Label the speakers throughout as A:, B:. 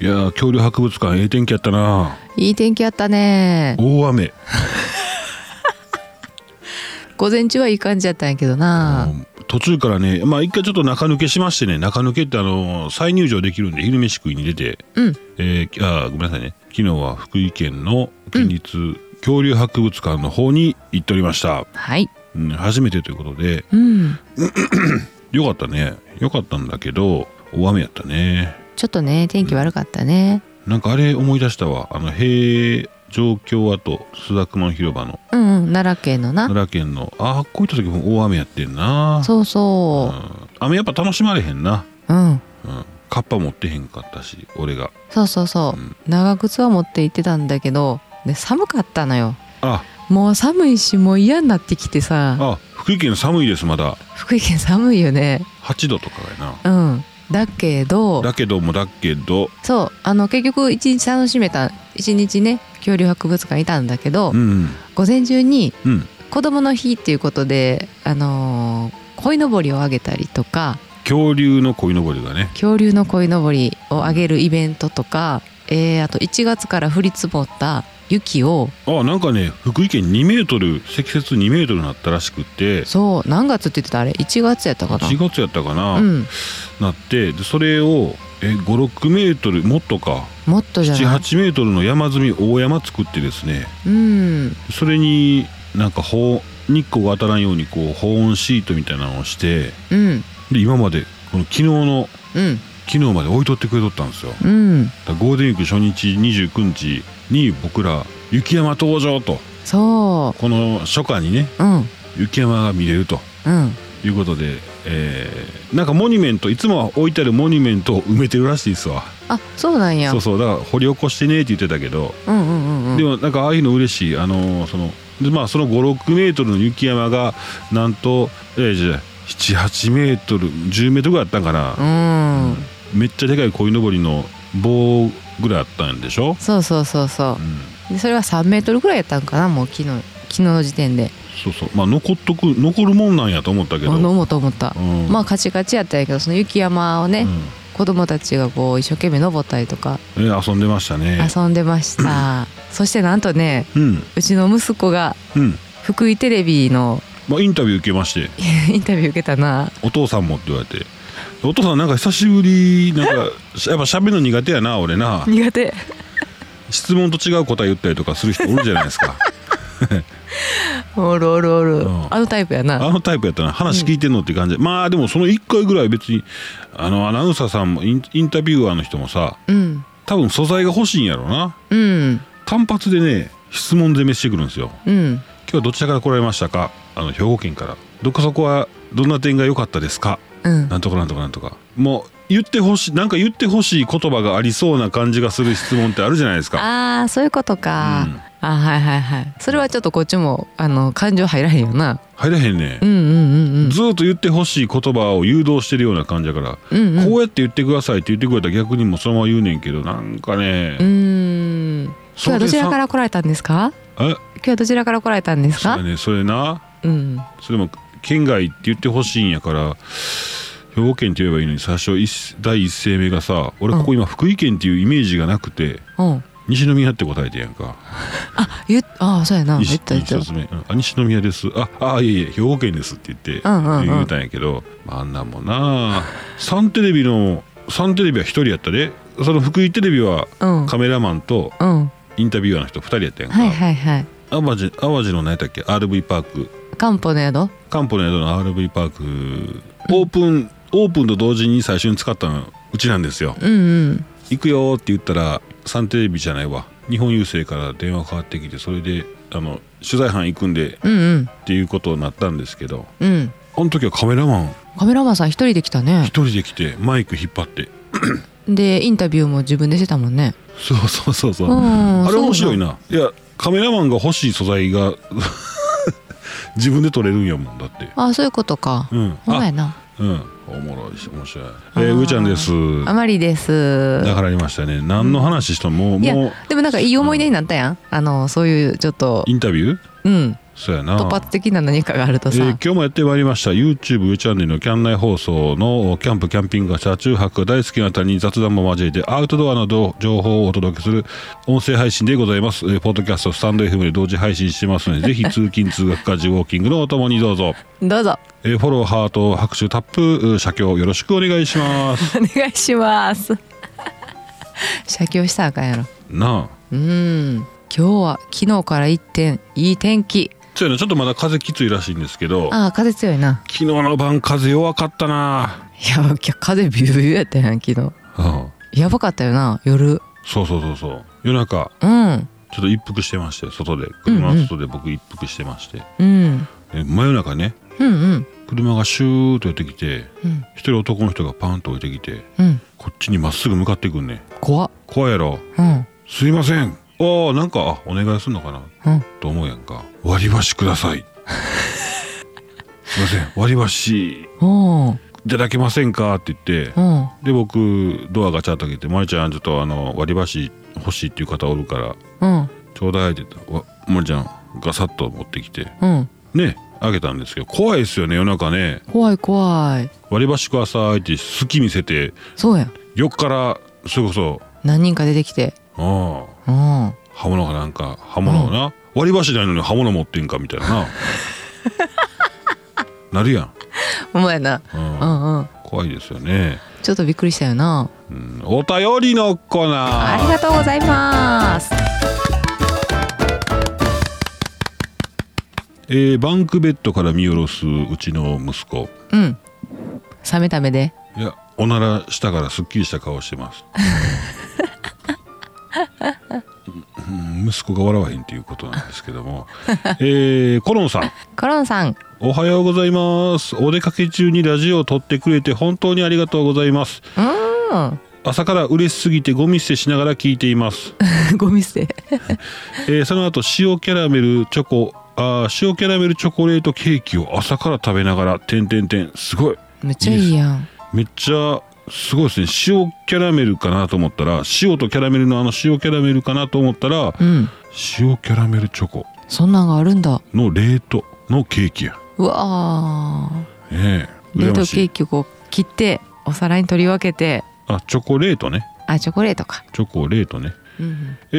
A: いやー恐竜博物館ええ天気やったない
B: い天気やったね
A: 大雨
B: 午前中はいい感じやったんやけどな
A: 途中からねまあ一回ちょっと中抜けしましてね中抜けってあの再入場できるんで昼飯食いに出て、
B: うん
A: えーきあーごめんなさいね昨日は福井県の県立恐竜博物館の方に行っておりました、
B: はい
A: うん、初めてということで
B: うん
A: よかったねよかったんだけど大雨やったね
B: ちょっとね天気悪かったね
A: なんかあれ思い出したわあの平城京跡須田熊野広場の
B: うん、うん、奈良県のな
A: 奈良県のああこういった時も大雨やってんな
B: そう
A: う
B: そ
A: ん、雨やっぱ楽しまれへんな、
B: ううん
A: うん、カッパ持ってへんかったし俺が
B: そうそうそう、
A: うん
B: 長靴は持って行ってたんだけどで寒かったのよ
A: あ
B: もう寒いしもう嫌になってきてさ
A: あ福井県寒いですまだ
B: 福井県寒いよね
A: 8度とかやな
B: うんだけど
A: だけどもだけど
B: そうあの結局一日楽しめた一日ね恐竜博物館いたんだけど、
A: うん
B: 午前中に
A: うん
B: 子供の日っていうことであのー鯉のぼりをあげたりとか
A: 恐竜の鯉のぼりがね
B: 恐竜の鯉のぼりをあげるイベントとか、えーあと1月から降り積もった雪を
A: あなんかね福井県2メートル積雪2メートルになったらしくって
B: そう何月って言ってたあれ1月やったかな
A: 4月やったかな、
B: うん
A: なってでそれをえ56メートルもっとか
B: もっとじゃない
A: 78メートルの山積み大山作ってですね
B: うん
A: それになんか保日光が当たらんようにこう保温シートみたいなのをして
B: うん
A: で今までこの昨日の
B: うん
A: 昨日まで置いとってくれとったんですよ
B: うん
A: だからゴールデンウィーク初日29日に僕ら雪山登場と
B: そ
A: この初夏にね
B: ううん
A: 雪山が見れると
B: うん
A: いうことで、えーなんかモニュメントいつもは置いてあるモニュメントを埋めてるらしいですわ
B: あそうなんや
A: そうそうだから掘り起こしてねって言ってたけど、
B: うんうんうんう
A: で
B: ん
A: もなんかああいうの嬉しいあのーそのでまあその56メートルの雪山がなんとえじゃ78メートル10メートルぐらいあったんかな、
B: うん
A: めっちゃでかい鯉のぼりの棒ぐらいあったんでしょ、
B: そうそうそうそ
A: うん
B: うでそれは3メートルぐらいやったんかなもう昨日昨日の時点で
A: そうそうまあ残っとく残るもんなんやと思ったけど、
B: あ
A: うん
B: 飲もうと思った、まあカチカチやったんやけどその雪山をね、
A: うん
B: 子供たちがこう一生懸命登ったりとか
A: え遊んでましたね
B: 遊んでました、そしてなんとね
A: うん
B: うちの息子が
A: うん
B: 福井テレビの
A: まあインタビュー受けまして
B: インタビュー受けたな
A: お父さんもって言われてお父さんなんか久しぶり なんかやっぱ喋るの苦手やな俺な
B: 苦手
A: 質問と違う答え言ったりとかする人おるじゃないですか
B: おるおるおる、
A: うん
B: あのタイプやな
A: あのタイプやったら話聞いてんのって感じで、まあでもその1回ぐらい別にあのアナウンサーさんもインインタビュアーの人もさ
B: うん
A: 多分素材が欲しいんやろうな
B: うん
A: 単発でね質問攻めしてくるんですよ
B: うん
A: 今日はどちらから来られましたかあの兵庫県からどこそこはどんな点が良かったですか
B: うん
A: なんとかなんとかなんとかもう言ってほしいなんか言ってほしい言葉がありそうな感じがする質問ってあるじゃないですか
B: ああそういうことか、
A: うん
B: あはいはいはいそれはちょっとこっちもあの感情入らへんよな
A: 入れへんね
B: うんうんうん
A: ずーっと言ってほしい言葉を誘導してるような感じだから、
B: うんうんうん
A: こうやって言ってくださいって言ってくれたら逆にもうそのまま言うねんけどなんかね、
B: うーん今日
A: そ
B: は
A: れ
B: ど
A: で
B: ちら
A: さ
B: から来られたんですか
A: え
B: 今日はどちらから来られたんです
A: そ
B: か
A: れねそれな
B: うん
A: それも県外って言ってほしいんやから兵庫県って言えばいいのに最初一第一声目がさ俺ここ今福井県っていうイメージがなくて、
B: うん
A: 西宮って答えてやんか
B: あゆああそうやな言っ
A: 西
B: た言った
A: 一つ目うんあ西宮ですああいえいえ兵庫県ですって言って、
B: うんうんうん
A: 言うたんやけど、まあ、あんなんもなサンテレビのサンテレビは一人やったでその福井テレビは
B: うん
A: カメラマンと
B: うん
A: インタビュアーの人二人やったやんか、
B: はいはいはい
A: 淡路淡路の何やったっけ RV パーク
B: 漢方の宿
A: カンポネードの RV パークオープン、オープンと同時に最初に使ったのうちなんですよ
B: うんうん
A: 行くよって言ったらサンテレビじゃないわ日本郵政から電話かかってきてそれであの取材班行くんで
B: うんうん
A: っていうことになったんですけど
B: うん
A: あの時はカメラマン
B: カメラマンさん一人で来たね
A: 一人で来てマイク引っ張って
B: でインタビューも自分でしてたもんね
A: そうそうそうそう
B: うん
A: あれ面白い
B: な
A: ないやカメラマンが欲しい素材が 自分で撮れるんやもんだって
B: あそういうことか
A: うん
B: ほんまや
A: あ
B: な
A: うんおもろいし面白いえ
B: あ
A: ー
B: ー
A: 上ちゃんです
B: あまりです
A: だからありましたね何の話したのもう
B: いや
A: もう
B: でもなんかいい思い出になったやんあのそういうちょっと
A: インタビュー
B: うん
A: そうやな
B: 突発的な何かがあると
A: えー
B: さ、
A: 今日もやってまいりました YouTube 上チャンネルのキャン内放送のキャンプキャンピングカー車中泊が大好きな方に雑談も交えてアウトドアのど情報をお届けする音声配信でございます、えーポッドキャストスタンド FM で同時配信してますのでぜひ通勤通学家事ウォーキングのお供にどうぞ、
B: どうぞ
A: えーフォローハート拍手タップうー写経よろしくお願いします
B: お願いします。 写経したらあかんやろ。
A: なあ
B: うん。今日は昨日から一点いい天気。
A: そうやなちょっとまだ風きついらしいんですけど
B: ああ風強いな。
A: 昨日の晩風弱かったない
B: や今日風ビュービューやったやん昨
A: う
B: 日。
A: ん
B: やばかったよな夜。
A: そうそうそうそう夜中
B: うん
A: ちょっと一服してまして外で車の外で僕一服してまして、
B: うん
A: え真夜中ね
B: うんうん
A: 車がシューッと寄ってきて
B: うん
A: 一人男の人がパンと降りてきて
B: うん
A: こっちにまっすぐ向かってくんね
B: 怖っ。
A: 怖いやろ
B: うん
A: すいませんああなんかあお願いすんのかな
B: うん
A: と思うやんか割り箸くださいすいません割り箸
B: おー
A: いただけませんかって言って
B: うん
A: で僕ドアガチャッと開けて「まりちゃんちょっとあの割り箸欲しいっていう方おるから
B: うん
A: ちょうだい」って言ったらわまりちゃんガサッと持ってきて
B: うん
A: ねあげたんですけど怖いですよね夜中ね
B: 怖い怖い。
A: 割り箸くださいって好き見せて
B: そうやん。
A: 横からそれこそ
B: 何人か出てきて。
A: ああ
B: うん。
A: 刃物がなんか刃物をな、割り箸ないのに刃物持ってんかみたいな ななるやん、
B: お前な。
A: うん
B: うんうん。
A: 怖いですよね、
B: ちょっとびっくりしたよな。
A: うん、お便りのコーナー
B: ありがとうございます。
A: えーバンクベッドから見下ろすうちの息子
B: うん。冷めた目で。
A: いやおならしたからすっきりした顔してますうんうん息子が笑わへんっていうことなんですけどもえーコロンさん
B: コロンさん。
A: おはようございますお出かけ中にラジオを撮ってくれて本当にありがとうございます
B: うーん。
A: 朝から嬉しすぎてゴミ捨てしながら聞いています、
B: ゴミ捨て。
A: えーその後塩キャラメルチョコあー塩キャラメルチョコレートケーキを朝から食べながらてんてんてんすごい
B: めっちゃいいやん。
A: めっちゃすごいですね塩キャラメルかなと思ったら塩とキャラメルのあの塩キャラメルかなと思ったら
B: うん。
A: 塩キャラメルチョコ
B: そんなんがあるんだ。
A: の冷凍のケーキや
B: うわー。
A: ねえ
B: 冷
A: 羨
B: 凍
A: ま
B: ケ
A: し
B: ー
A: い
B: キをこう切ってお皿に取り分けて。
A: あチョコレートね
B: あ、チョコレートか。
A: チョコレートね
B: うん。
A: え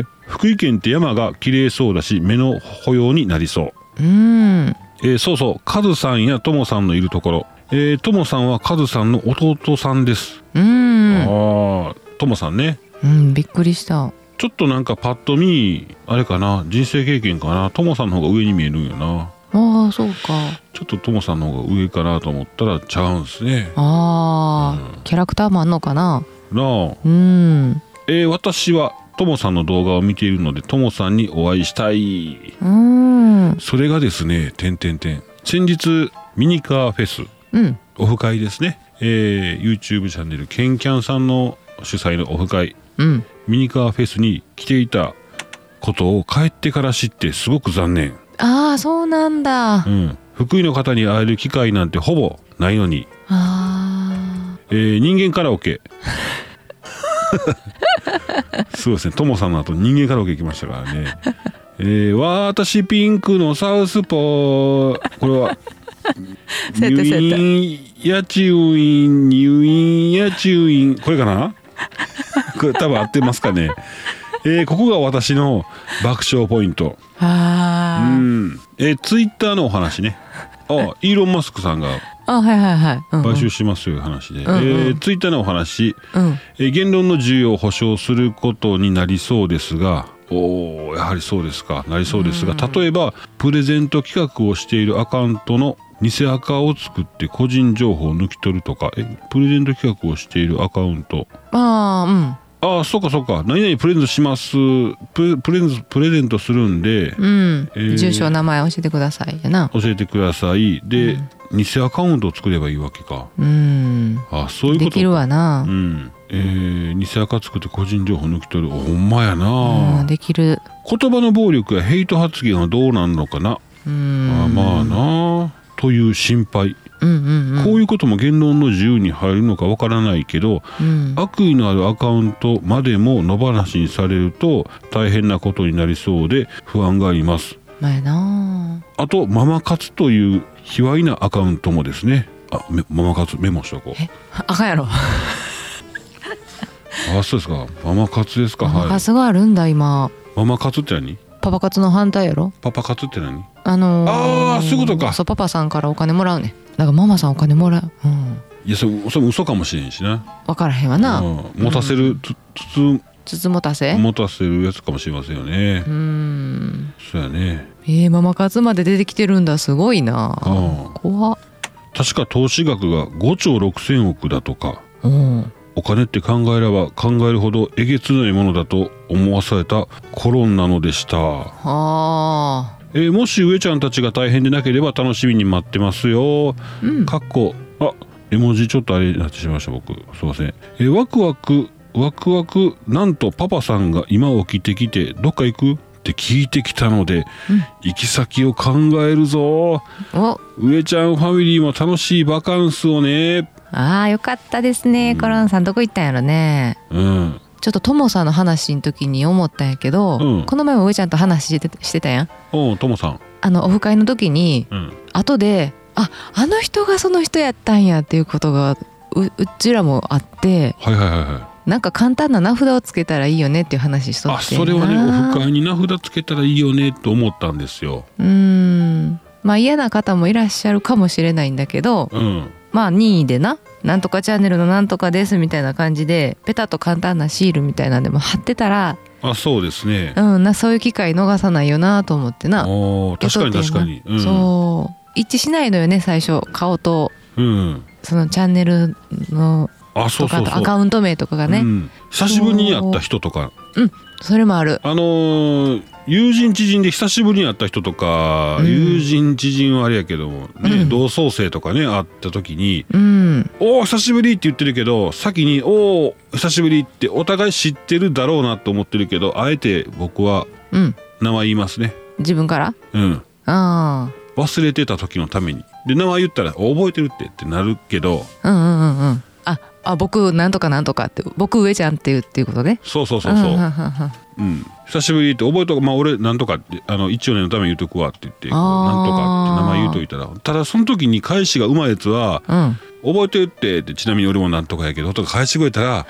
A: ー福井県って山が綺麗そうだし目の保養になりそう
B: うん。
A: えーそうそうカズさんやトモさんのいるところえートモさんはカズさんの弟さんです、
B: うん。
A: ああトモさんね
B: うん。びっくりした。
A: ちょっとなんかパッと見あれかな人生経験かなトモさんの方が上に見えるんよな
B: ああ、そうか。
A: ちょっとトモさんの方が上かなと思ったらちゃうんすね
B: ああ、キャラクターもあんのかな。
A: なあ
B: うん。
A: えー私はトモさんの動画を見ているのでトモさんにお会いしたい
B: うん。うん。
A: それがですね点点点先日ミニカーフェス
B: うん。
A: オフ会ですね、えー YouTube チャンネルケンキャンさんの主催のオフ会
B: うん。
A: ミニカーフェスに来ていたことを帰ってから知ってすごく残念、
B: ああ、そうなん
A: う
B: だ。あ
A: ん、福井の方に会える機会なんてほぼないのに、
B: あ
A: えー人間カラオ ケすごいですねトモさんの後人間カラオケ行きましたからねえー、私ピンクのサウスポーこれ は
B: そうやった
A: 入
B: そうや
A: 院や
B: った
A: 中院入院や中院これかなこれ多分合ってますかねえーここが私の爆笑ポイント
B: ー。あ
A: う
B: あ。
A: んえーツイッターのお話ねあイーロン・マスクさんが
B: あはいはいはい。うんうん
A: 買収しますという話で、
B: んうん
A: えーツイッターのお話、
B: うん。
A: えー言論の自由を保障することになりそうですがおーやはりそうですかなりそうですが例えばプレゼント企画をしているアカウントの偽アカを作って個人情報を抜き取るとかえプレゼント企画をしているアカウント
B: ああ、うん。
A: ああそうかそうか何々プレゼントしますププレゼントプレゼントするんで
B: うん、
A: えー
B: 住所名前教えてくださいやな
A: 教えてくださいで、偽アカウントを作ればいいわけか
B: うん
A: あそういうこと
B: できるわな
A: うんえー、偽アカ作って個人情報抜き取るほんまや
B: うん、
A: な、
B: できる
A: 言葉の暴力やヘイト発言はどうなんのかな、
B: うん
A: あまあなという心配、
B: うんうんうん
A: こういうことも言論の自由に入るのかわからないけど、
B: うん
A: 悪意のあるアカウントまでも野放しにされると大変なことになりそうで不安があります
B: まあやな
A: あとママ活という卑猥なアカウントもですねあめママ活メモしとこう
B: えあかんやろ
A: あそうですかママ活ですか
B: パパ
A: はい
B: 活があるんだ今
A: ママ活って何
B: パパ活の反対やろ
A: パパ活って何
B: あのー
A: あーそういうことか
B: そうパパさんからお金もらうねんだからママさんお金もらううん
A: いやそれそれ嘘かもしれんしな
B: 分からへんわ
A: う
B: なん
A: 持たせるつつ
B: つつもたせう
A: 持たせるやつかもしれませんよね
B: ーん
A: そうやね
B: えー、ママ活まで出てきてるんだすごい
A: うん
B: な怖っ
A: 確か投資額が5兆6,000億だとか
B: うん
A: お金って考えれば考えるほどえげつないものだと思わされたコロンなのでした
B: あ
A: えーもし上ちゃんたちが大変でなければ楽しみに待ってますよ。
B: ーうん
A: かっこあ絵文字ちょっとあれになってしまいました僕すいません。えーワクワクワクワクなんとパパさんが今起きてきてどっか行くって聞いてきたので、行き先を考えるぞ。
B: お
A: 上ちゃんファミリーも楽しいバカンスをね。
B: あーよかったですね、
A: うん
B: コロンさんどこ行ったんやろね
A: うん
B: ちょっとトモさんの話の時に思ったんやけど、
A: うん
B: この前も上ちゃんと話しててしてたやん
A: おうともさん。
B: あのオフ会の時に
A: うん
B: 後でああの人がその人やったんやっていうことがううちらもあって
A: はいはいはいは
B: なんか簡単な名札をつけたらいいよねっていう話しとっ
A: い。あ
B: て
A: それはねオ
B: な
A: フ会に名札つけたらいいよねと思ったんですよ。
B: うーんまあ嫌な方もいらっしゃるかもしれないんだけど
A: うん
B: まあ任意でな「なんとかチャンネルのなんとかです」みたいな感じでペタッと簡単なシールみたいなんでも貼ってたら
A: あそうですね。
B: うんなそういう機会逃さないよなと思ってな、
A: おー確かに確かに、うん、
B: そう一致しないのよね最初顔と
A: う、ん、
B: そのチャンネルの
A: あそ
B: と
A: うそ
B: か
A: う
B: と
A: そう
B: アカウント名とかがね、
A: うん、久しぶりに会った人とか
B: それもある
A: あのー友人知人で久しぶりに会った人とか、
B: うん
A: 友人知人はあれやけども、ね
B: うん
A: 同窓生とかね会った時に
B: うん
A: 「おお久しぶり」って言ってるけど先に「おお久しぶり」ってお互い知ってるだろうなと思ってるけどあえて僕は
B: うん
A: 名前言いますね
B: 自分から
A: うん
B: あ
A: 忘れてた時のためにで名前言ったら「覚えてるって」ってなるけど
B: あうんうんうんうんああ僕なんとかなんとかって僕上ちゃんっていうっていうことね
A: そうそうそうそう、
B: んんんんあ
A: うん、久しぶりって覚えとか、まあ、俺なんとかってあの一応念のために言うとくわって言ってこう
B: あー
A: なんとかって名前言うといたらただその時に返しがうまいやつは
B: うん
A: 「覚えてるって」ってちなみに俺もなんとかやけどとか返してくれた ら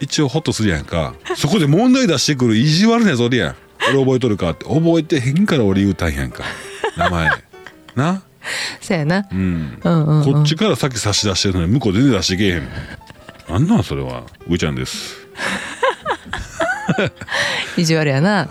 A: 一応ホッとするやんかそこで問題出してくる意地悪なやつおるやん俺覚えとるかって覚えてへんから俺言うたんやんか名 前な
B: そうやな
A: うん
B: うんうん、うん、
A: こっちからさっき差し出してるのに向こう全然出してけえへんなんなんそれはうーちゃんです
B: 意地悪やな
A: ああ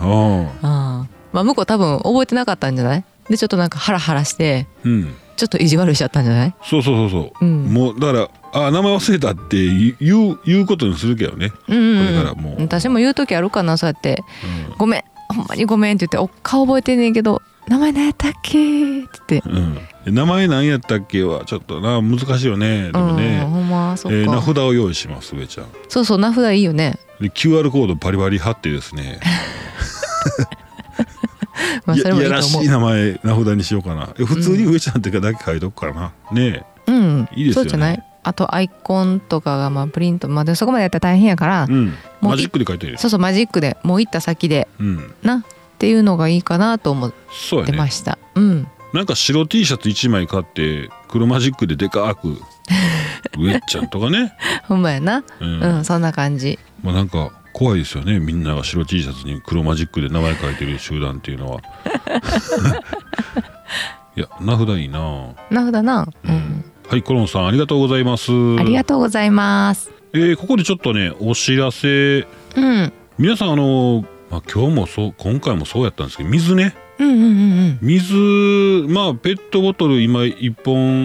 B: あまあ向こう多分覚えてなかったんじゃないでちょっとなんかハラハラして
A: うん
B: ちょっと意地悪しちゃったんじゃない
A: そうそうそうそう、
B: うん
A: もうだからあ名前忘れたって言言う言うことにするけどね、
B: うんうん、うん、
A: これからもう
B: 私も言う時あるかなそうやって「ごめんほんまにごめん」って言って「お顔覚えてんねんけど名前何やったっけ?」って言って
A: うんで名前何やったっけはちょっとな難しいよねでも
B: うん、
A: ね、
B: ほんまそっか、
A: えー名札を用意します上ちゃん
B: そうそう名札いいよね、
A: で QR コードバリバリ貼ってですね
B: まあ、
A: い
B: それ
A: や
B: も
A: い
B: いい
A: やら
B: と思
A: しい
B: う
A: 名前名札にしようかなえ普通に上ちゃんってだけ書いとくからなね
B: うん
A: いいですよね
B: そうじゃないあとアイコンとかがまあプリントまあでもそこまでやったら大変やから、
A: えうん
B: もうい
A: マジックで書いてる
B: そうそうマジックでもう行った先で
A: うん
B: なっていうのがいいかなと思っ
A: そうや
B: てま
A: ね
B: した、うん
A: なんか白 T シャツ1枚買って黒マジックででか く上ちゃんとかね、
B: ほんまやな
A: う
B: うんん、そんな感じ
A: まあなんか怖いですよねみんなが白 T シャツに黒マジックで名前書いてる集団っていう のはいや名札いいな
B: なふだな、う
A: うんんはいコロンさんありがとうございます
B: ありがとうございます
A: えーここでちょっとねお知らせ
B: うん、うん
A: 皆さんあのーまあ、今日もそう今回もそうやったんですけど水ね
B: うんうんうん
A: 水まあペットボトル今1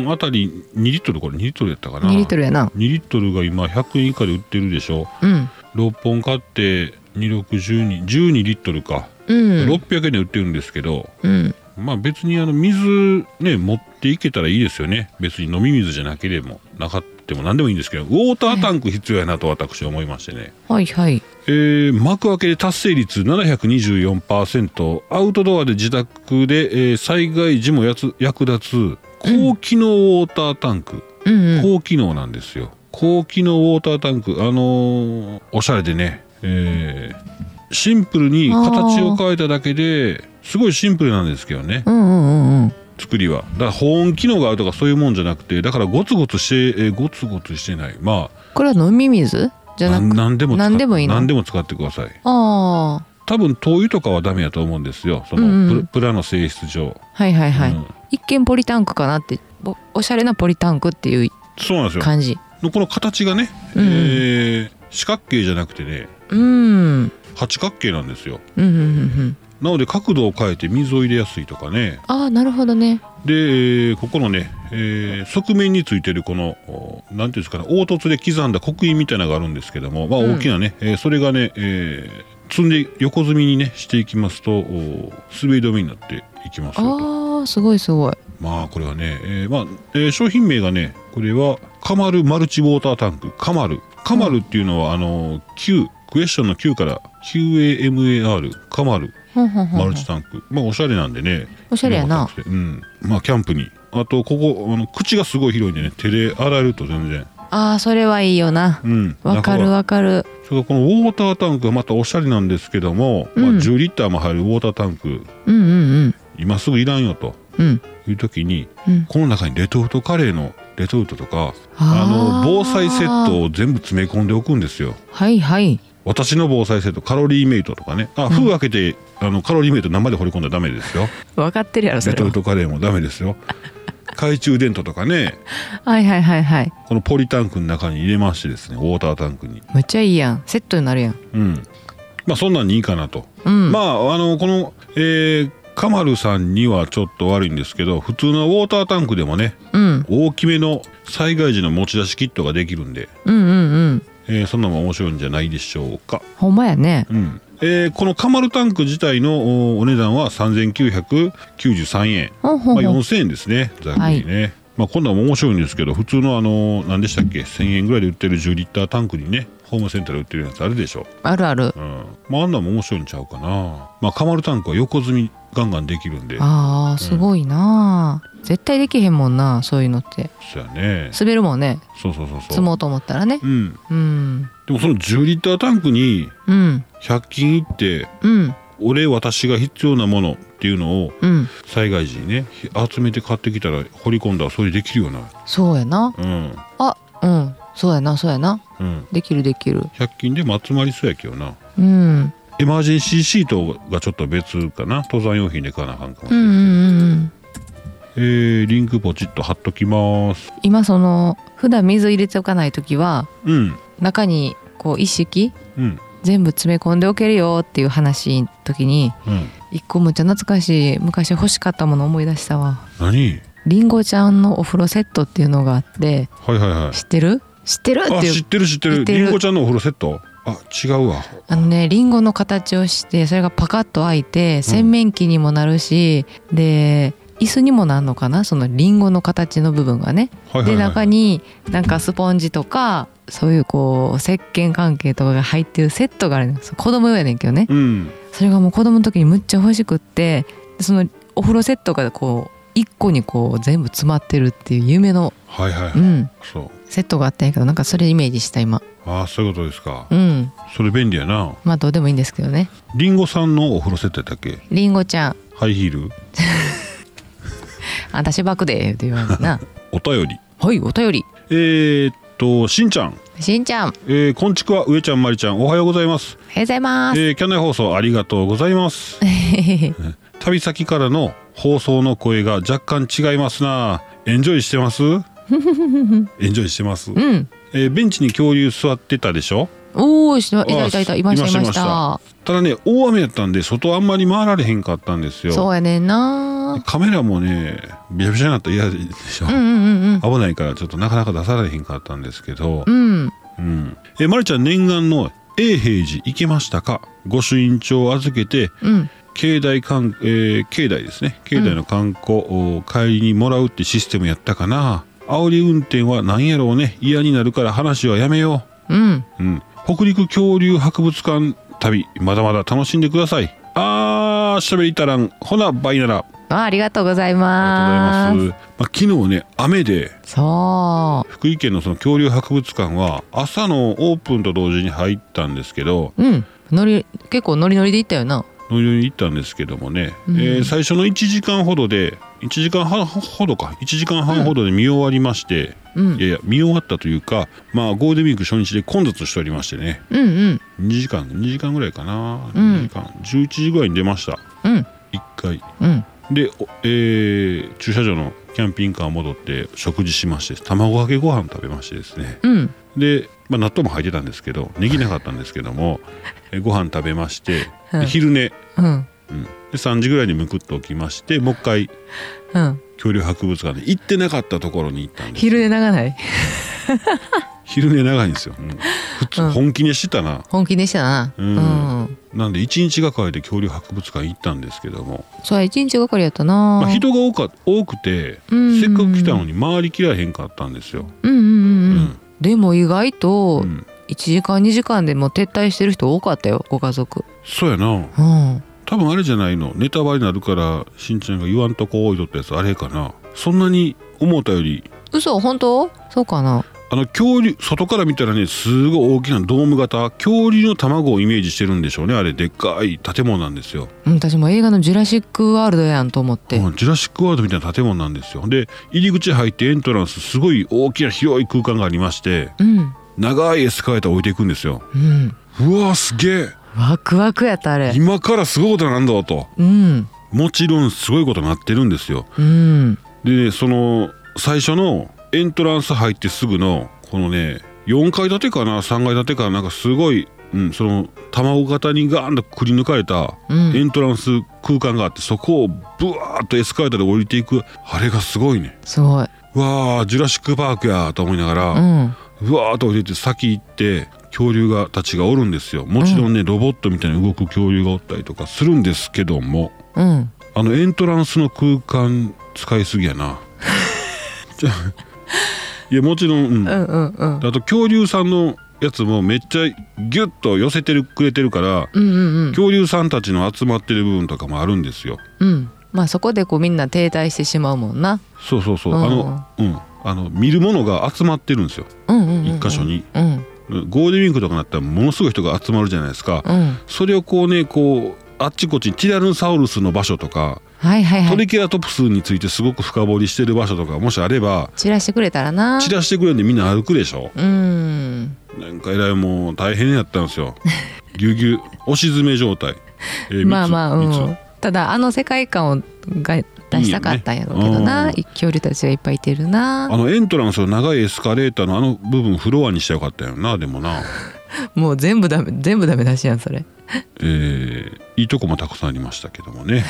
A: 本あたり2リットルこれ2リットルやったかな
B: 2リット
A: ル
B: ルやな
A: 2リットルが今100円以下で売ってるでしょ
B: うん
A: 6本買って261212リットルか
B: うん
A: 600円で売ってるんですけど、
B: うん
A: まあ別にあの水ね持っていけたらいいですよね別に飲み水じゃなければなかっても何でもいいんですけどウォータータンク必要やなと私は思いましてね、
B: はいはい
A: えー幕開けで達成率724%アウトドアで自宅で、えー災害時もやつ役立つ高機能ウォータータンク、
B: うんうん
A: 高機能なんですよ高機能ウォータータンクあのーおしゃれでね、えーシンプルに形を変えただけですごいシンプルなんですけどね
B: うんうんうんうん
A: 作りはだから保温機能があるとかそういうもんじゃなくてだからゴツゴツして、えーゴツゴツしてないま
B: これは飲み水じ
A: あな
B: ゃなく
A: んなんでも使っ
B: 何でもいいの
A: 何でも使ってください
B: あ
A: 多分灯油とかはダメやと思うんですよその、
B: うんうん
A: プラプラの性質上
B: あはいはいはい、
A: うん
B: 一見ポリタンクかなっておおしゃれなポリタンクっていう
A: そうなんですよ
B: 感じ
A: のこの形がね、
B: うんうん
A: えー四角形じゃなくてね
B: うん
A: 八角形なんですよ
B: うんうんうんうん
A: なので角度を変えて水を入れやすいとかね
B: ああなるほどね
A: で、えーここのね、えー側面についてるこのおなんていうんですかね凹凸で刻んだ刻印みたいなのがあるんですけども、まあ、
B: うん
A: 大きなね、えーそれがね、えー積んで横積みにねしていきますとお滑り止めになっていきますよと
B: ああすごいすごい
A: まあこれはね、えーまあえー商品名がねこれはカマルマルチウォータータンクカマルカマルっていうのは、あの Q クエスチョンの Q から QAMAR カマル
B: ほんほんほん
A: マ
B: ほん
A: ルチタンク、まあおしゃれなんでね
B: おしゃれやな
A: うんまあキャンプにあとここあの口がすごい広いんでね手で洗えると全然
B: ああそれはいいよな
A: うん
B: わかる
A: 中は
B: わかる
A: それからこのウォータータンクがまたおしゃれなんですけども、
B: うん
A: まあ、10リッターも入るウォータータンク
B: うんうん
A: 今すぐいらんよと
B: うんうん
A: いう時に
B: うん
A: この中にレトルトカレーのレトルトとかあの
B: あー
A: 防災セットを全部詰め込んでおくんですよ
B: はいはい
A: 私の防災セットカロリーメイトとかねあ封開けて、あのカロリーメイト生で掘り込んだらダメですよ
B: 分かってるや ろそ
A: レ
B: れ
A: ト
B: は
A: ルトカレーもダメ ですよ懐中電灯とかね
B: はいはいはいはい
A: このポリタンクの中に入れましてですねウォータータンクに
B: めっちゃいいやんセットになるやん
A: うんまあそんなんにいいかなと、
B: うん、
A: まああのこの、えーカマルさんにはちょっと悪いんですけど普通のウォータータンクでもね
B: うん、
A: 大きめの災害時の持ち出しキットができるんで、
B: うんうんうん
A: えーそんなのも面白いんじゃないでしょうか
B: ほんまやね
A: うんえーこのカマルタンク自体のおお値段は3993円、
B: ほん
A: ま
B: ほ
A: あ、
B: んほん、
A: 4000円ですねざっくりね、まあ、今度は面白いんですけど普通のあの何でしたっけ1000円ぐらいで売ってる10リッタータンクにねホームセンターで売ってるやつあるでしょ
B: あるある
A: う、うんまあ、あんなんも面白いんちゃうかな、まあ、カマルタンクは横積みガンガンできるんで
B: あーすごいな、絶対できへんもんなそういうのって
A: そうやね
B: 滑るもんね
A: そうそうそう
B: 積
A: そう
B: もうと思ったらね
A: うん
B: うん
A: でもその10リッタータンクに
B: うん
A: 100均行って
B: うん
A: 俺私が必要なものっていうのを
B: うん
A: 災害時にねひ集めて買ってきたら掘り込んだらそれできるよな
B: そうやな
A: うん
B: あうんそうやなそうやな
A: うん
B: できるできる
A: 100均でまつまりそうやけどな
B: うん
A: エマージェンシーシートがちょっと別かな登山用品で買わなあかんかも
B: うんうんうんうん
A: えー、リンクポチッと貼っときます
B: 今その普段水入れておかない時は
A: うん
B: 中にこう一式
A: うん
B: 全部詰め込んでおけるよっていう話の時に
A: うん
B: 一個むっちゃ懐かしい昔欲しかったもの思い出したわ
A: 何
B: りんごちゃんのお風呂セットっていうのがあって
A: はいはいはい
B: 知ってる知ってるっ
A: あ
B: て
A: 知っ
B: いう
A: てる知って
B: 知
A: る
B: ってる
A: りんごちゃんのお風呂セットあ違うわ
B: あのねりんごの形をしてそれがパカッと開いて洗面器にもなるし、で椅子にもなるのかなそのりんごの形の部分がね。
A: はいはい
B: で
A: は
B: 中
A: い
B: になんかスポンジとかそういうこう石鹸関係とかが入ってるセットがあるのそう子供用やねんけどね
A: うん
B: それがもう子供の時にむっちゃ欲しくってでそのお風呂セットがこう一個にこう全部詰まってるっていう夢の、
A: はいはいうはい
B: ん、
A: そう
B: セットがあったんやけどなんかそれイメージした今
A: ああそういうことですか
B: うん
A: それ便利やな
B: まあどうでもいいんですけどね
A: りんごさんのお風呂セットやったっけ
B: りんごちゃん
A: ハイヒール
B: 「あ私バクで」って言われ てな「
A: お便り
B: はいお便り
A: えー、っとしんちゃん
B: しんちゃんおはよ
A: えー、こんちくわ上ちゃんまりちゃんおはようございます、
B: うございます
A: えー、キャンナイ放送ありがとうございます 旅先からの放送の声が若干違いますなエンジョイしてます エンジョイしてます」、
B: うん
A: えーベンチに恐竜座ってたでしょ
B: おおしいたいたい
A: あ
B: た
A: ー
B: いましたいま
A: いまし
B: し
A: た
B: た
A: ただね大雨やったんで外あんまり回られへんかったんです
B: そ
A: よ
B: うやねんな
A: カメラもねびしゃびしゃになったら嫌でしょ、
B: うんうん
A: 危ないからちょっとなかなか出されへんかったんですけど
B: う、んうん
A: うんえーまるちゃん念願の永平寺行けましたか御朱印帳を預けて
B: うん
A: 境内観、えー境内ですね境内の観光を帰りにもらうってシステムやったかな煽り運転は何やろうね嫌になるから話はやめよ
B: うん
A: う、うん、北陸恐竜博物館旅まだまだ楽しんでくださいあーしゃべりたらんほなバイなら
B: あありがとうござい
A: あ
B: ま
A: りがとうござい
B: す
A: ます、まあ、昨日ね雨で
B: そ
A: 福井県のその恐竜博物館は朝のオープンと同時に入ったんですけど
B: ううんノリ結構ノリノリで行ったよな
A: 農場に行ったんですけどもね、
B: うん
A: えー最初の1時間ほどで1時間半ほどか1時間半ほどで見終わりまして、
B: うん
A: いやいや見終わったというか、まあ、ゴールデンウィーク初日で混雑しておりましてね
B: うんうん
A: 2時間2時間ぐらいかな、
B: うん
A: 2時間11時ぐらいに出ました
B: うん
A: 1回
B: うん
A: で、おえー駐車場のキャンピングカー戻って食事しまして卵かけご飯食べましてですね
B: うん
A: で、まあ、納豆も入ってたんですけどネギなかったんですけど もえご飯食べまして
B: うん
A: で昼寝、
B: うん
A: うん、で3時ぐらいにむくっと起きましてもう一回
B: うん
A: 恐竜博物館に行ってなかったところに行ったんです
B: 昼寝長ない
A: 昼寝長いんですよ、うん普通
B: うん
A: 本気にしてたな、
B: 本気でしたな
A: う
B: うんん、
A: なんで1日がかりで恐竜博物館行ったんですけども、
B: それ一日がかりやったな、
A: まあ、人が多か多くて
B: うん
A: せっかく来たのに回りきらへんかったんですよ、
B: うんうんうん、
A: う
B: う
A: ん
B: ん、でも意外と
A: うん
B: 1時間2時間でもう撤退してる人多かったよご家族
A: そうやな
B: うん
A: 多分あれじゃないのネタバレになるからしんちゃんが言わんとこ置いとったやつあれかなそんなに思ったより
B: 嘘本当そうかな
A: あの恐竜外から見たらねすごい大きなドーム型恐竜の卵をイメージしてるんでしょうねあれでっかい建物なんですよ、
B: うん私も映画の「ジュラシック・ワールド」やんと思って、
A: うんジュラシック・ワールドみたいな建物なんですよで入り口入ってエントランスすごい大きな広い空間がありまして
B: うん
A: 長いエスカレーター置いていくんですよ
B: うん
A: うわーすげえ
B: ワクワクやったあれ
A: 今からすごいことなんだと
B: うん
A: もちろんすごいことになってるんですよ
B: うん
A: でねその最初のエントランス入ってすぐのこのね4階建てかな3階建てかななんかすごい、うん、その卵型にガーンとくり抜かれた
B: うん
A: エントランス空間があってそこをブワーッとエスカレーターで降りていくあれがすごいね
B: すごい、
A: わあジュラシック・パークやと思いながら、
B: うん、
A: うわーっと降りてって先行って恐竜がたちがおるんですよもちろんね、ロボットみたいに動く恐竜がおったりとかするんですけども
B: うん
A: あのエントランスの空間使いすぎやな じゃあいやもちろん、うん
B: う
A: あ
B: んうんうん
A: と恐竜さんのやつもめっちゃギュッと寄せてるくれてるから
B: うんうん
A: 恐竜さんたちの集まってる部分とかもあるんですよ
B: うんうんまあそこでこうみんな停滞してしまうもんな
A: そうそうそう
B: うん
A: あのうんあの見るものが集まってるんですよ
B: うんうんうん、うん、
A: 一箇所に
B: うん
A: ゴールデンウィークとかになったらものすごい人が集まるじゃないですか
B: うん
A: それをこうねこうあっちこっちティラノサウルスの場所とか
B: はいはいは
A: ト
B: い
A: リケラトプスについてすごく深掘りしてる場所とかもしあれば
B: 散らしてくれたらな
A: 散らしてくれるんでみんな歩くでしょ
B: うん
A: なんかえらいもう大変やったん ですよぎゅうぎゅう押し詰め状態、えー
B: まあ
A: 三つ
B: まあう
A: 三
B: んただあの世界観をが出したかったんやろうけど
A: い
B: ない
A: よ
B: 恐竜たちがいっぱいいてる
A: つあ
B: な
A: のエントランスの長いエスカレーターのあの部分フロアにしてよかったよなでもな、
B: もう全部ダメ全部ダメ出しやんそれ
A: えーいいとこもたくさんありましたけどもね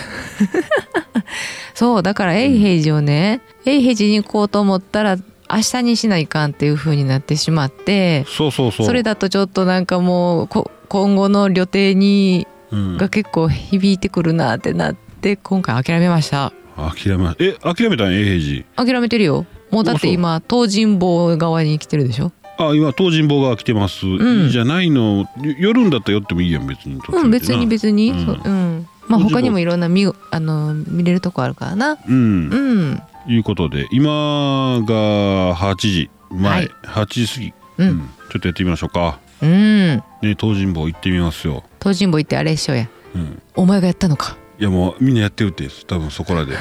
B: そうだから永平寺をね永平寺に行こうと思ったら明日にしないかんっていう風になってしまって
A: そうそうそう
B: それだとちょっとなんかもうこ今後の旅程に
A: うん、
B: が結構響いてくるなってなって今回諦めました
A: 諦めえ諦めたん永平
B: 諦めてるよもうだって今東尋坊側に来てるでしょ
A: 寺あ今東尋坊が来てます、
B: ん
A: いいじゃないのよ夜んだったら寄ってもいいやん別に途中でな
B: うん別に別に、
A: うん
B: そううんまあ
A: もちろん
B: 他にもいろんな見あの見れるとこあるからな
A: うん
B: うん
A: いうことで今が8時前、
B: はい
A: 8時過ぎ、
B: う
A: うんんちょっとやってみましょうか
B: うん
A: ね東尋坊行ってみますよ、
B: 東尋坊行ってあれしようや
A: うん、
B: お前がやったのか
A: いやもうみんなやってるって多分そこ らでか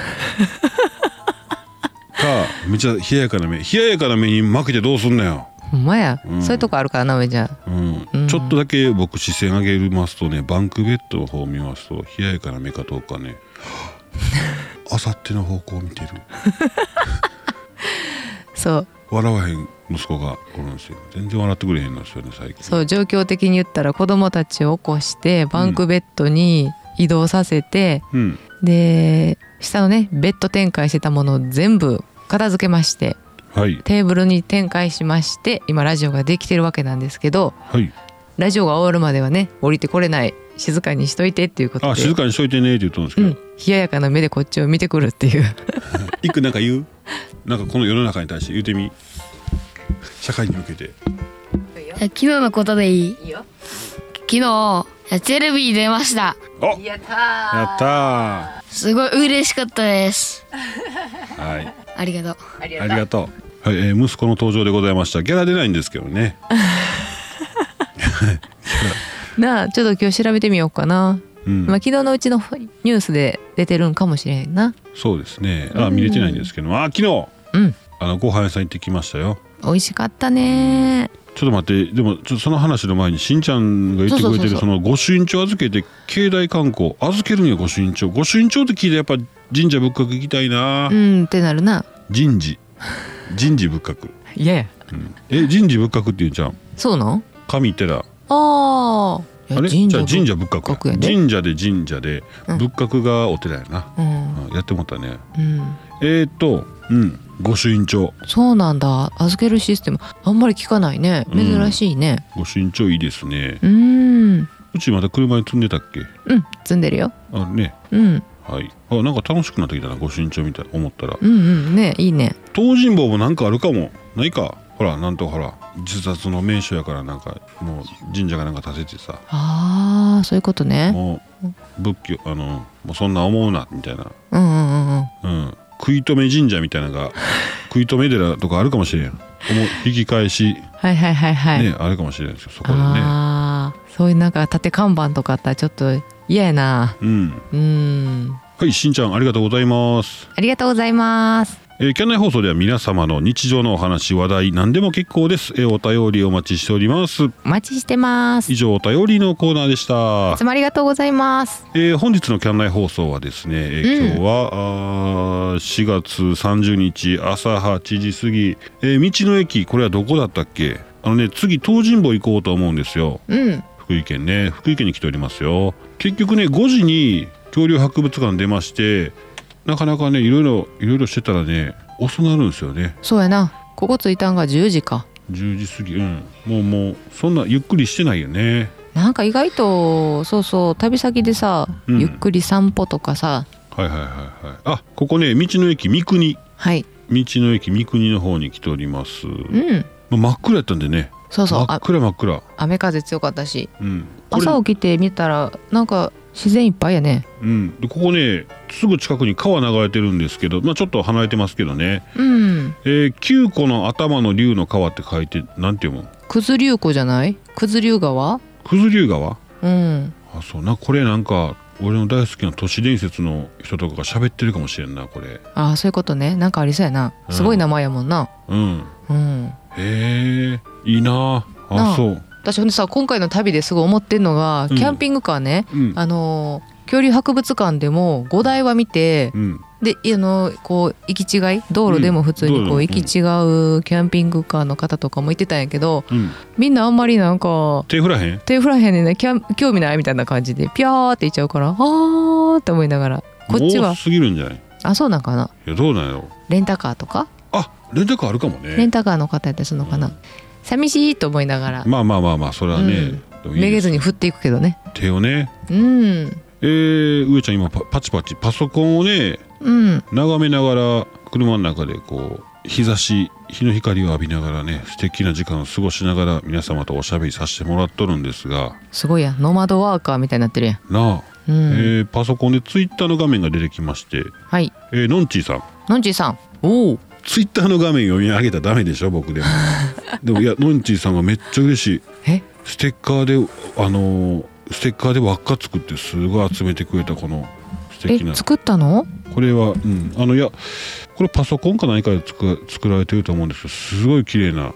A: めっちゃ冷ややかな目冷ややかな目に負けてどうすんなよ、
B: ほんまや、
A: うん
B: そういうとこあるからな上ちゃん
A: うん
B: うん
A: ちょっとだけ僕視線上げますとねバンクベッドの方を見ますと冷ややかな目かどうかね あさっての方向を見てる
B: そう
A: 笑わへん息子がおるんですよ全然笑ってくれへんのですよね最近
B: そう状況的に言ったら子供たちを起こしてバンクベッドに移動させて、
A: うん
B: で下のねベッド展開してたものを全部片付けまして
A: はい
B: テーブルに展開しまして今ラジオができてるわけなんですけど
A: はい
B: ラジオが終わるまではね降りてこれない静かにしといてっていうことで
A: あ静かにしといてねって言ったんです
B: う
A: けど、
B: ん、冷ややかな目でこっちを見てくるっていう
A: いくなんか言うなんかこの世の中に対して言うてみ社会に向けて
C: 昨日のことでいい
B: いいよ
C: 昨日テレビに出ました
A: あや
B: やった
A: った
C: すごい嬉しかったです
A: ーはい
C: ありがとう
A: ありがとう。はい、えー息子の登場でございました。ギャラ出ないんですけどね。
B: なあちょっと今日調べてみようかな
A: うん
B: まあ、昨日のうちのニュースで出てるんかもしれんな
A: そうですねあ見れてないんですけどもあ昨日
B: うん
A: あのご飯屋さん行ってきましたよ
B: 美味しかったね
A: ちょっと待ってでもちょっとその話の前にしんちゃんが言ってくれてる
B: そうそうそうそう
A: その御朱印帳預けて境内観光預けるには御朱印帳御朱印帳って聞いてやっぱ神社仏閣行きたいな、
B: うんってなるな
A: 人事人事仏閣、
B: いやいや
A: うんえ人事仏閣って言うんじゃん
B: そうなん
A: 神寺
B: ああ
A: あれじゃあ神社仏閣や
B: やで
A: 神社で神社で
B: うん
A: 仏閣がお寺やな、
B: うん、
A: うんやってもったね
B: うん、
A: えー、っとうん御朱印帳
B: そうなんだ預けるシステムあんまり聞かないね
A: うん
B: 珍しいね
A: 御朱印帳いいですね
B: うんうん
A: うちまだ車に積んでたっけ
B: 積んでるよ、
A: あね
B: うん、
A: はいあなんか楽しくなってきたな御朱印帳みたい思ったら
B: うんうんねいいね
A: 東尋坊もなんかあるかもないかほらなんとほら自殺の名所やからなんかもう神社がなんか建ててさ
B: ああそういうことね
A: もう仏教あのもうそんな思うなみたいな
B: うんうんうんうん
A: うん、食い止め神社みたいなの が食い止め寺とかあるかもしれんやん思う引き返し、ね
B: はいはいはいはい、
A: あるかもしれないですよそこでね
B: ああそういうなんか縦看板とかあったらちょっと嫌やな
A: うん
B: うん
A: はいしんちゃんありがとうございます、
B: ありがとうございます
A: えー、キャンナイ放送では皆様の日常のお話話題何でも結構です、えーお便りお待ちしております
B: お待ちしてます
A: 以
B: い
A: 上お便りのコーナーでした
B: つもありがとうございます
A: えー本日のキャンナイ放送はですね、えー
B: うん
A: 今日はあー4月30日朝8時過ぎ、えー道の駅これはどこだったっけあのね次東尋坊行こうと思うんですよ
B: うん
A: 福井県ね福井県に来ておりますよ結局ね5時に恐竜博物館出ましてなかなかねいろいろいろいろしてたらね遅なるんですよね
B: そうやなここ着いたんが10時か
A: 10時過ぎうんもうもうそんなゆっくりしてないよね
B: なんか意外とそうそう旅先でさ、
A: うん
B: ゆっくり散歩とかさ
A: はいはいはいはいあここね道の駅三国
B: はい
A: 道の駅三国の方に来ております、
B: うん
A: まあ真っ暗やったんでね
B: そうそう
A: 真っ
B: あ
A: 暗真っ暗
B: 雨風強かったし
A: うんこれ
B: 朝起きてみたらなんか自然いっぱいやね
A: うん、でここねすぐ近くに川流れてるんですけど、まあ、ちょっと離れてますけどね
B: うん
A: 「えー、9個の頭の竜の川」って書いてなんて読む
B: 九頭竜湖じゃない九頭竜川
A: 九頭竜川
B: うん
A: あそうなこれなんか俺の大好きな都市伝説の人とかが喋ってるかもしれんなこれ
B: ああそういうことねなんかありそうやな
A: うん
B: すごい名前やもんな
A: うん
B: うん
A: へえいいなあ
B: な
A: あ
B: あ
A: そう
B: 私ほんでさ今回の旅ですごい思ってんのが
A: うん
B: キャンピングカーね、
A: うん
B: あのー恐竜博物館でも5台は見て
A: うん
B: であのーこう行き違い道路でも普通に
A: うん
B: こう行き違うキャンピングカーの方とかもいてたんやけど
A: うん
B: みんなあんまりなんか
A: 手振らへん
B: 手振らへんねんなキャン興味ないみたいな感じでピャーっていっちゃうからあーって思いながらこっち
A: 多
B: は
A: すぎるんじゃない
B: あそうなんかない
A: やどうなんやろう
B: レンタカーとか
A: あレンタカーあるかも
B: レン
A: ね
B: タカーの方やったりするのかな、
A: うん
B: 寂しいと思いながら
A: まあまあまあまあそれはね、でもいいです
B: めげずに振っていくけどね
A: 手をね
B: うん
A: えー、上ちゃん今パパチパチパソコンをね
B: うん
A: 眺めながら車の中でこう日差し日の光を浴びながらね素敵な時間を過ごしながら皆様とおしゃべりさせてもらっとるんですが
B: すごいやんノマドワーカーみたいになってるやん
A: なあ、
B: うん、
A: えーパソコンでツイッターの画面が出てきまして、
B: はい
A: えーのんちーさん
B: のんちーさんおお
A: ツイッターの画面読み上げたらダメでしょ 僕でもでもいやのんちーさんがめっちゃ嬉しい
B: え
A: ステッカーであのーステッカーで輪っか作ってすごい集めてくれたこの素敵な
B: え作ったの
A: これは、うん、あのいやこれパソコンか何かで作作られてると思うんですけどすごい綺麗な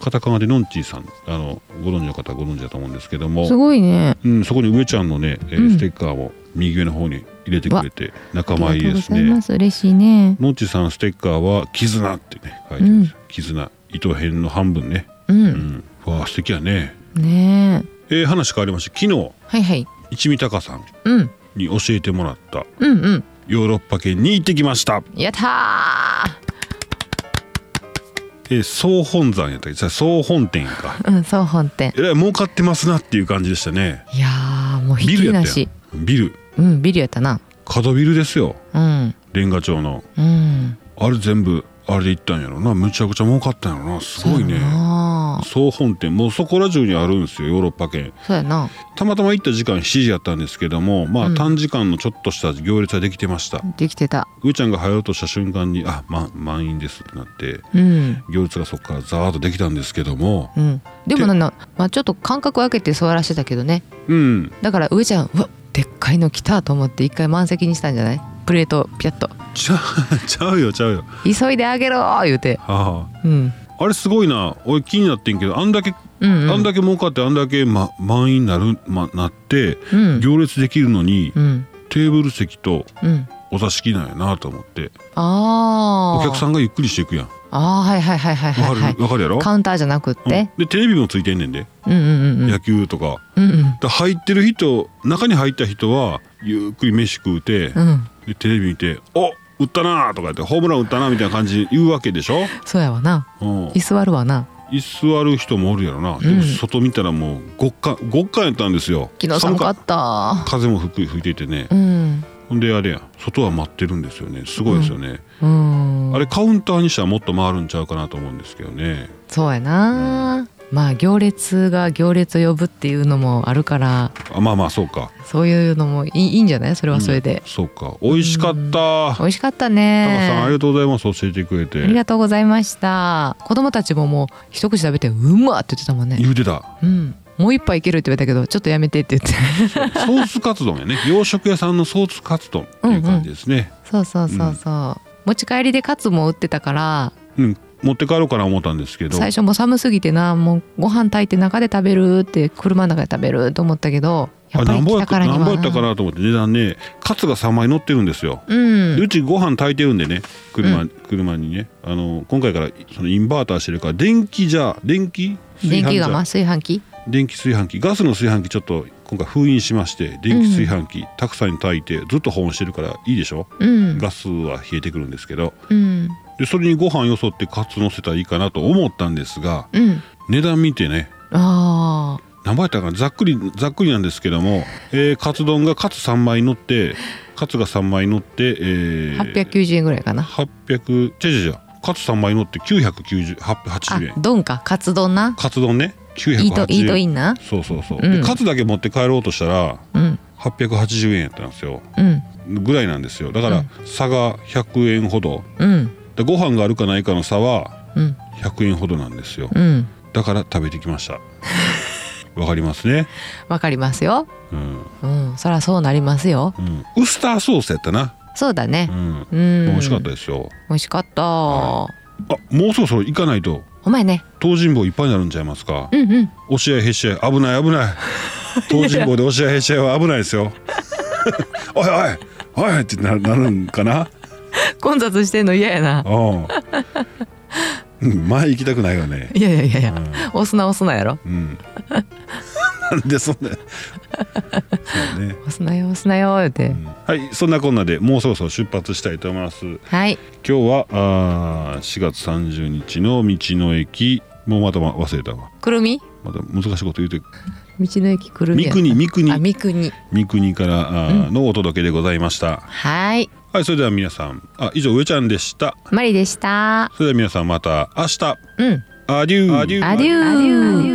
A: カタカナでのんちーさんあのご存知の方はご存知だと思うんですけども
B: す、ごいね
A: うん、そこに上ちゃんのね、えー
B: うん
A: ステッカーを右上の方に入れてくれて仲間入りです
B: ありがとうございま
A: ね
B: す嬉しいね
A: のんちーさんのステッカーは「絆」ってね書いてるんですよ、絆糸編の半分ね
B: う、
A: うんんわあ素敵やね
B: ねえ
A: えー話変わりまして昨日
B: はいはい
A: 一味高さん
B: うん
A: に教えてもらった
B: うんうん
A: ヨーロッパ圏に行ってきました
B: やったー
A: えー総本山やったっけじゃあ総本店か
B: うんそう本店
A: えらい儲かってますなっていう感じでしたね
B: いやーもう
A: ビ
B: 引
A: ル
B: き
A: や
B: な
A: った
B: し
A: よビル
B: うんビルやったな
A: 角ビルですよ
B: うん
A: レンガ町の
B: うん
A: あれ全部あれで行ったんやろなむちゃくちゃ儲かったんやろなすごい
B: そう
A: ね
B: やな
A: 総本店もうそこら中にあるんですよヨーロッパ圏
B: そうやな
A: たまたま行った時間7時やったんですけどもまあ
B: うん
A: 短時間のちょっとした行列はできてました、
B: できてた
A: うーちゃんが入ろうとした瞬間にあ、ま、満員ですってなって
B: うん
A: 行列がそこからザーッとできたんですけども
B: うん、でも
A: で
B: なんだ、まあ、ちょっと間隔を空けて座らしてたけどね
A: うん
B: だから上ちゃんうわででっかいの来たと思って一回満席にしたんじゃないプレートをピャッと
A: ちゃちゃう よちゃうよ
B: 「急いであげろ!」言うて、
A: は
B: うん、
A: あ、あれすごいな俺気になってんけどあんだけ、
B: うんうん
A: あんだけ儲かってあんだけ、ま、満員になる、ま、なって
B: うん
A: 行列できるのに、
B: うん
A: テーブル席と
B: うん
A: お座敷なんやなと思って
B: あ
A: お客さ
B: ん
A: んがゆっくりしていくやんわ
B: あーはいはいはいはい
A: か
B: はい
A: る、
B: はい
A: わかるやろ
B: カウンターじゃなくっ
A: うん
B: て、
A: でテレビもついてんねんで、
B: うん、うんうんうん
A: 野球とか
B: うんうん
A: で入ってる人中に入った人はゆっくり飯食うて、
B: うん
A: でテレビ見て「お打ったな」とか言って「ホームラン打ったな」みたいな感じで言うわけでしょ、
B: そうやわな
A: うん、
B: 居座るわな
A: 居座る人もおるやろな、で
B: う
A: も
B: ん
A: 外見たらもう極寒極寒やったんですよ
B: 昨日寒かった
A: 風も吹く吹いていてね、
B: うん
A: ほんであれや外は待ってるんですよねすごいですよね、
B: うん
A: あれカウンターにしたらもっと回るんちゃうかなと思うんですけどね
B: そうやな、まあ行列が行列を呼ぶっていうのもあるから
A: あまあまあそうか
B: そういうのもいいいいんじゃないそれはそれで、
A: そうか美味しかった、
B: 美味しかっ
A: タカ
B: た
A: さんあり
B: ね
A: がとうございます教えてくれ
B: あり
A: て
B: がとうございました子供たちももう一口食べて「うまっ!」って言ってたもんね
A: 言うてた
B: 「うんもう一杯いける」って言われたけどちょっとやめてって言って
A: ソースカツ丼やね洋食屋さんのソースカツ丼っていう感じですね、
B: そうそうそうそう、持ち帰りでカツも売ってたから
A: うん持って帰ろうかな思ったんですけど
B: 最初もう寒すぎてなもうご飯炊いて中で食べるって車の中で食べると思ったけどや
A: あ
B: っぱ
A: なん
B: り
A: ぼ
B: 来
A: やったた
B: か
A: な
B: らには
A: ん
B: な
A: ぼやったかなと思って値段ねカツが3枚乗ってるんですよ、
B: うん
A: でうちご飯炊いてるんでね車,、
B: う
A: 車にねあの今回からそのインバーターしてるから電気じゃ電気
B: 電気
A: じ
B: が
A: ゃ
B: ま炊飯器
A: 電気炊飯器ガスの炊飯器ちょっと今回封印しまして電気炊飯器、たくさん炊いてずっと保温してるからいいでしょ、
B: うん
A: ガスは冷えてくるんですけど
B: うん
A: でそれにご飯よそってカツ乗せたらいいかなと思ったんですが
B: うん
A: 値段見てね
B: ああ
A: 何倍やったかなざっくりざっくりなんですけども、えー、カツ丼がカツ3枚乗ってカツが3枚乗って、えー、
B: 890円ぐらいかな、
A: 800違う違う違うカツ3枚乗って980
B: あ
A: 円
B: 丼かカツ丼な
A: カツ丼ね980円
B: イートイートインな
A: そうそうそう、
B: うん
A: でカツだけ持って帰ろうとしたら
B: うん
A: 880円やったんですよ
B: うん
A: ぐらいなんですよだか
B: う
A: ら
B: ん
A: 差が100円ほど
B: うん
A: でご飯があるかないかの差は
B: うん
A: 100円ほどなんですよ
B: うん
A: だから食べてきました わかりますね
B: わかりますよ
A: うん、
B: うんそりゃそうなりますよ
A: うん、ウスターソースやったな
B: そうだ
A: う
B: ね
A: ん
B: うん
A: 美味しかったですよ
B: 美味しかった、
A: はあもうそろそろ行かないと
B: お前ね
A: 東尋坊いっぱいになるんちゃいますか
B: うんうん
A: 押し合いへし合い危ない危 ない東尋坊で押し合いへし合いは危ないですよおいおいおいってななるんかな
B: 混雑してんの嫌やな
A: うんうん前行きたくないよね
B: いやいやいやい
A: う
B: や、
A: ん
B: 押すな押すなやろ
A: うんなんでそんなそうね
B: 押すなよ押すなよって、
A: うんはいそんなこんなでもうそろそろ出発したいと思います
B: はい
A: 今日はあー4月30日の道の駅もうまたま忘れたわ
B: くるみ
A: また難しいこと言うて
B: 道の駅くるみ
A: 三国
B: や
A: 三
B: あ
A: 国
B: 三国
A: 三国からあーのお届けでございました、
B: はい
A: はいそれでは皆さんあ以上上ちゃんでした
B: マリでした
A: それでは皆さんまた明日
B: うん
A: アデューアデュ
B: アデュー